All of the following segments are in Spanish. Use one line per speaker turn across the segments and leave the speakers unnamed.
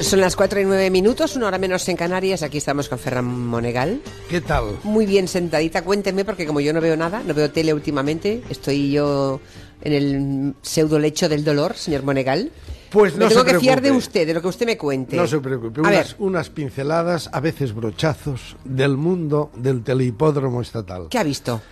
Son las 4 y 9 minutos, una hora menos en Canarias. Aquí estamos con Ferran Monegal.
¿Qué tal?
Muy bien sentadita. Cuénteme, porque como yo no veo nada, no veo tele últimamente, estoy yo en el pseudo lecho del dolor, señor Monegal.
Pues no
me tengo
se
que fiar de
preocupe.
usted, de lo que usted me cuente.
No se preocupe,
A
unas,
ver,
unas pinceladas, a veces brochazos, del mundo del telehipódromo estatal.
¿qué ha visto?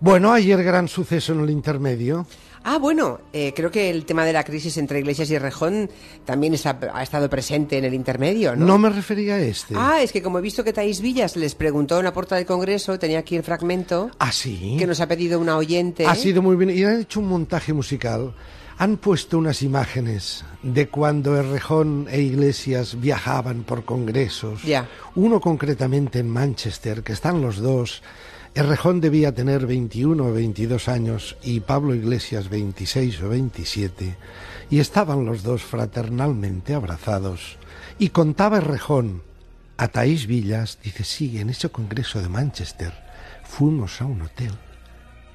Bueno, ayer gran suceso en el intermedio.
Ah, bueno, eh, creo que el tema de la crisis entre Iglesias y Rejón también está- ha estado presente en el intermedio, ¿no?
No, me refería a este.
Ah, es que como he visto que Taís Villas les preguntó en la puerta del Congreso, tenía aquí el fragmento
¿Ah, sí?
que nos ha pedido una oyente.
Ha sido muy bien. Y han hecho un montaje musical. Han puesto unas imágenes de cuando Errejón e Iglesias viajaban por congresos.
Ya.
Uno concretamente en Manchester, que están los dos. Errejón debía tener 21 o 22 años y Pablo Iglesias 26 o 27. Y estaban los dos fraternalmente abrazados. Y contaba Errejón a Taís Villas, dice, sí, en ese congreso de Manchester fuimos a un hotel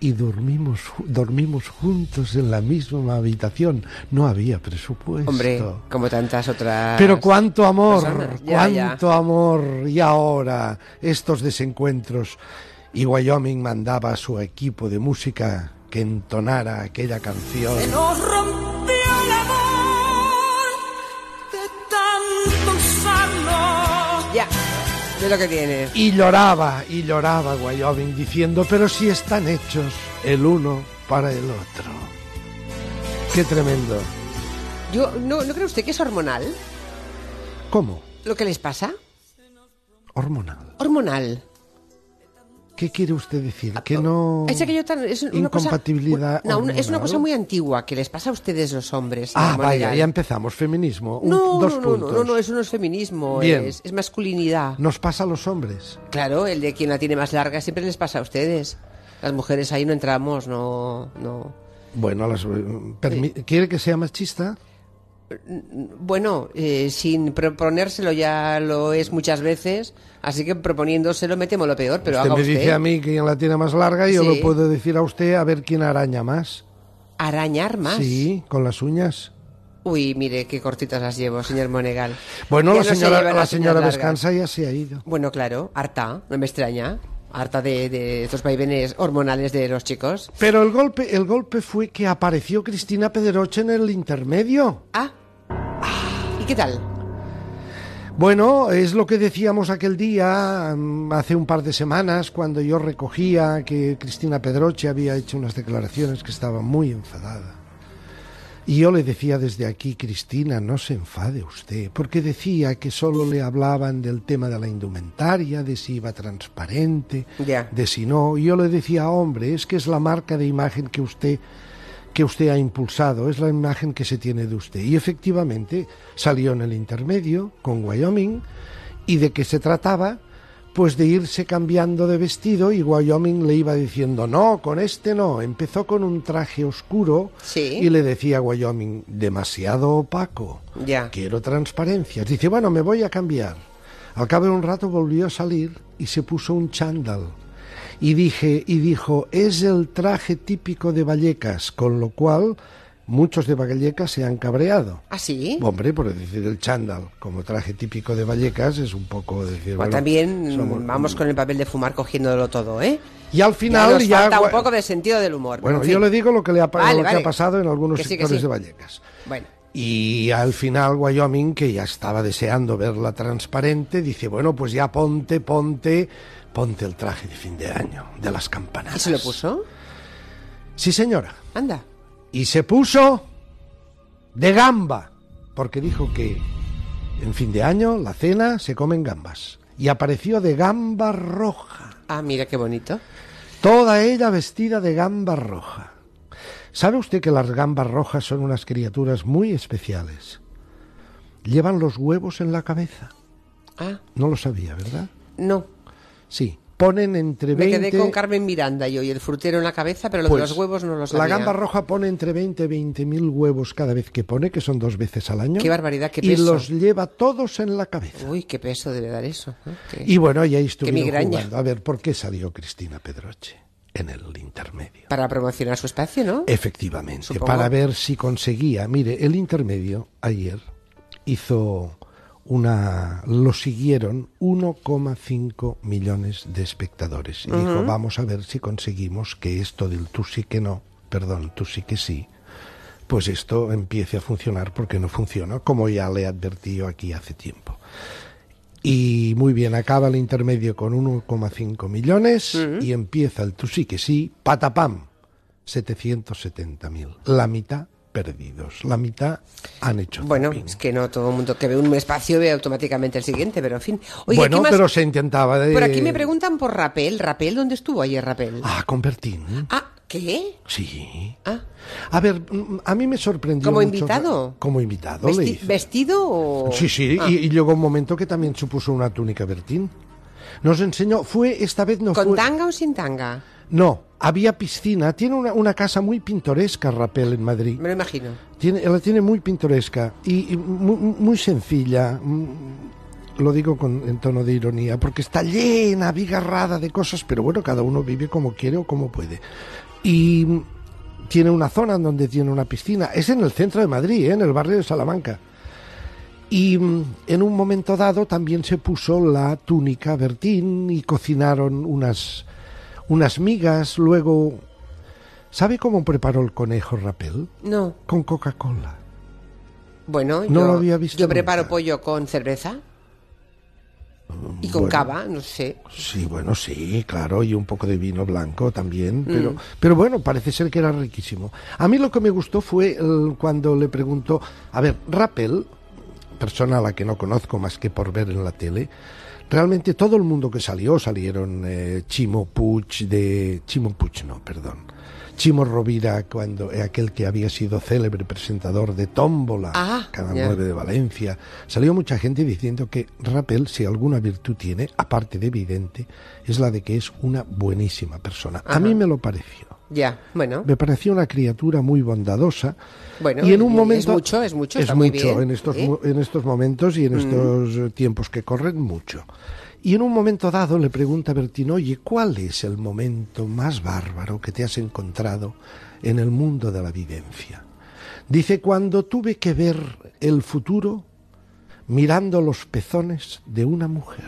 y dormimos, ju- dormimos juntos en la misma habitación. No había presupuesto.
Hombre, como tantas otras.
Pero cuánto amor,
personas. Ya, ya.
cuánto amor. Y ahora, estos desencuentros. Y Wyoming mandaba a su equipo de música que entonara aquella canción.
Se nos rompió el amor de tanto usarlo.
Ya, de lo que tiene.
Y lloraba, y lloraba Wyoming diciendo, pero si están hechos el uno para el otro. Qué tremendo.
Yo, ¿no, ¿No cree usted que es hormonal
¿Cómo?
lo que les pasa?
Hormonal.
Hormonal.
¿Qué quiere usted decir?
Ah,
Que no.
Es aquello tan- es una cosa-
Mm. incompatibilidad.
no, una- es una
hormonal?
cosa muy antigua que les pasa a ustedes los hombres.
Ah,
señor
vaya,
Monegal.
ya empezamos. Feminismo. un-
No,
dos
no, no, no,
puntos.
no, no, eso no es feminismo,
Bien.
es, es masculinidad.
Nos pasa a los hombres.
Claro, el de quien la tiene más larga siempre les pasa a ustedes. Las mujeres ahí no entramos, no, no.
Bueno, las- eh, permi- ¿quiere que sea machista?
Bueno, eh, sin proponérselo ya lo es muchas veces, así que proponiéndoselo me temo lo peor, pero
usted
haga
me
usted.
dice a mí quién la tiene más larga y yo
Sí.
lo puedo decir a usted a ver quién araña más.
Arañar más.
Sí, con las uñas.
Uy, mire qué cortitas las llevo, señor Monegal.
Bueno,
Ya
la
no se
señora,
llevan las
la
uñas
señora
largas.
Vescanza ya se ha ido.
Bueno, claro, harta, no me extraña. Harta de, de estos vaivenes hormonales de los chicos.
Pero el golpe, el golpe fue que apareció Cristina Pederoche en el intermedio.
Ah. ¿Y qué tal?
Bueno, es lo que decíamos aquel día, mm, hace un par de semanas, cuando yo recogía que Cristina Pedroche había hecho unas declaraciones que estaba muy enfadada. Y yo le decía desde aquí, Cristina, no se enfade usted, porque decía que solo le hablaban del tema de la indumentaria, de si iba transparente,
Ya.
de si no. Y yo le decía, hombre, es que es la marca de imagen que usted que usted ha impulsado, es la imagen que se tiene de usted. Y efectivamente salió en el intermedio con Wyoming y de qué se trataba, pues de irse cambiando de vestido y Wyoming le iba diciendo, no, con este no. Empezó con un traje oscuro
Sí.
y le decía a Wyoming, demasiado opaco,
Ya.
quiero transparencias. Dice, bueno, me voy a cambiar. Al cabo de un rato volvió a salir y se puso un chándal y dije y dijo es el traje típico de Vallecas, con lo cual muchos de Vallecas se han cabreado.
¿Ah, sí?
Hombre, por decir el chándal como traje típico de Vallecas es un poco decir.
Bueno,
bueno,
Pues también
somos-
vamos con el papel de fumar cogiéndolo todo, ¿eh?
Y al final
nos
ya,
falta un
gua-
poco de sentido del humor.
bueno,
pero en
yo
fin.
le digo lo que le ha, pa-
Vale,
lo que
vale.
ha pasado en algunos
Que sí, que sí.
sectores de Vallecas.
Bueno,
Y al final Wyoming, que ya estaba deseando verla transparente, dice, bueno, pues ya ponte, ponte, ponte el traje de fin de año, de las campanadas.
¿y se lo puso?
Sí, señora.
Anda.
y se puso de gamba, porque dijo que en fin de año la cena se comen gambas. Y apareció de gamba roja,
Ah, mira qué bonito.
toda ella vestida de gamba roja. ¿Sabe usted que las gambas rojas son unas criaturas muy especiales? Llevan los huevos en la cabeza.
Ah,
No lo sabía, ¿verdad?
no.
Sí, ponen entre
Me
20...
quedé con Carmen Miranda yo y el frutero en la cabeza, pero lo de
Pues,
los huevos no lo sabía.
La gamba roja pone entre 20 y 20 mil huevos cada vez que pone, que son dos veces al año.
Qué barbaridad, qué
Y
peso.
los lleva todos en la cabeza.
Uy, qué peso debe dar eso. ¿no? Qué-
Y bueno, y ahí estuvieron
migraña.
jugando. A ver, ¿por qué salió Cristina Pedroche en el intermedio?
Para promocionar su espacio, ¿no?
Efectivamente,
Supongo.
para ver si conseguía. Mire, el intermedio ayer hizo una lo siguieron 1,5 millones de espectadores. Y dijo, vamos a ver si conseguimos que esto del tú sí que no, perdón, tú sí que sí, pues esto empiece a funcionar porque no funciona, como ya le advertí yo aquí hace tiempo. Y muy bien, acaba el intermedio con 1,5 millones y empieza el tú sí que sí, patapam, 770.000. La mitad perdidos, la mitad han hecho
Bueno,
zapping.
es que no todo el mundo que ve un espacio ve automáticamente el siguiente, pero en fin. Oye,
bueno,
¿qué más?
pero se intentaba de...
Por aquí me preguntan por Rapel. ¿Rapel dónde estuvo ayer Rapel?
Ah, con Bertín.
Ah, ¿qué?
Sí.
Ah,
A ver, mm, a mí me sorprendió
¿Como
mucho-
invitado?
Como invitado, le
vesti-
hice.
¿Vestido o...?
Sí, sí,
Ah,
y, y llegó un momento que también supuso una túnica Bertín. Nos enseñó, fue, esta vez no
¿Con
fue...
tanga o sin tanga?
No, había piscina. Tiene una, una casa muy pintoresca, Rapel, en Madrid.
Me lo imagino.
Tiene, la tiene muy pintoresca y, y muy, muy sencilla. mm, Lo digo con, en tono de ironía, porque está llena, abigarrada de cosas, pero bueno, cada uno vive como quiere o como puede. Y mm, tiene una zona en donde tiene una piscina. Es en el centro de Madrid, ¿eh? en el barrio de Salamanca. Y mm, en un momento dado también se puso la túnica Bertín y cocinaron unas, unas migas. Luego, ¿sabe cómo preparó el conejo Rapel?
No,
con Coca-Cola.
bueno,
No
yo,
lo había visto
yo preparo
nunca.
pollo con cerveza y con
bueno.
cava, no sé.
Sí, bueno, sí, claro, y un poco de vino blanco también, pero,
Mm.
pero bueno, parece ser que era riquísimo. A mí lo que me gustó fue el- cuando le preguntó, a ver, Rappel, persona a la que no conozco más que por ver en la tele, realmente todo el mundo que salió, salieron eh, Chimo Puig de... Chimo Puig no, perdón. Chimo Rovira, cuando, eh, aquel que había sido célebre presentador de Tómbola,
Ah,
Canal
ya.
9 de Valencia. Salió mucha gente diciendo que Rappel, si alguna virtud tiene, aparte de evidente, es la de que es una buenísima persona. A mí me lo pareció.
Ya, bueno,
Me pareció una criatura muy bondadosa.
Bueno,
y en
es-
un
es
momento
mucho, es mucho,
es
está muy
mucho
bien,
en estos
¿eh? Mm.
mo- en estos momentos y en estos eh, tiempos que corren mucho. Y en un momento dado le pregunta a Bertín, oye, ¿cuál es el momento más bárbaro que te has encontrado en el mundo de la vivencia? Dice, cuando tuve que ver el futuro mirando los pezones de una mujer.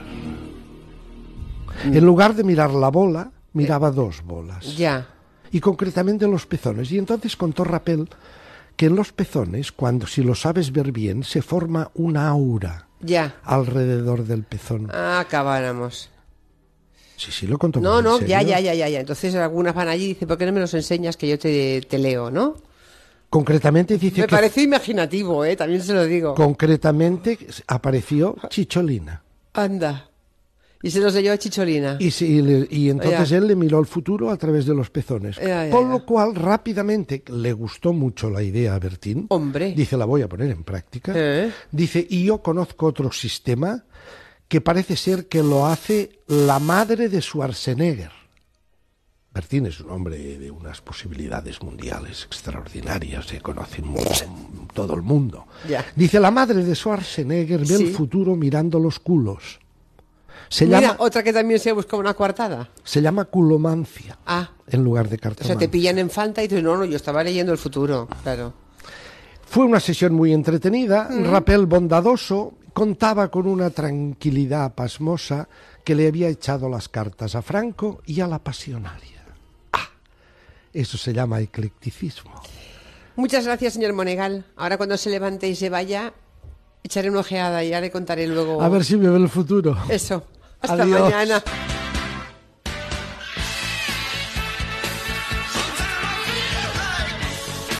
Mm.
En lugar de mirar la bola,
Eh,
miraba dos bolas
ya.
y concretamente los pezones. Y entonces contó Rapel que en los pezones, cuando si lo sabes ver bien, se forma una aura
Ya,
alrededor del pezón.
acabáramos.
Sí, sí, lo contó. muy
No,
en
no, ya,
serio.
ya, ya, ya, ya. Entonces algunas van allí y dicen, ¿por qué no me los enseñas que yo te, te leo, no?
Concretamente dice
Me
que
parece imaginativo, ¿eh? También se lo digo.
concretamente apareció Chicholina.
Anda. Y se los leyó a Chicholina.
Y, sí, y le- y entonces
Ya.
él le miró al futuro a través de los pezones.
Ya, ya,
Por
ya.
lo cual, rápidamente, le gustó mucho la idea a Bertín.
Hombre.
Dice, la voy a poner en práctica.
Eh.
Dice, y yo conozco otro sistema que parece ser que lo hace la madre de Schwarzenegger. Bertín es un hombre de unas posibilidades mundiales extraordinarias, se conoce mu- todo el mundo.
Ya.
Dice, la madre de Schwarzenegger ve
Sí.
el futuro mirando los culos. Se
Mira,
llama
otra que también se busca una coartada.
se llama culomancia
Ah,
en lugar de
o
cartomancia.
sea, te pillan en falta y dices, no, no, yo estaba leyendo el futuro, claro.
Fue una sesión muy entretenida,
Mm.
Rapel bondadoso, contaba con una tranquilidad pasmosa que le había echado las cartas a Franco y a la pasionaria. Ah, eso se llama eclecticismo.
Muchas gracias, señor Monegal. Ahora cuando se levante y se vaya, echaré una ojeada y ya le contaré luego
A ver si me ve el futuro.
eso. Hasta
Adiós.
mañana.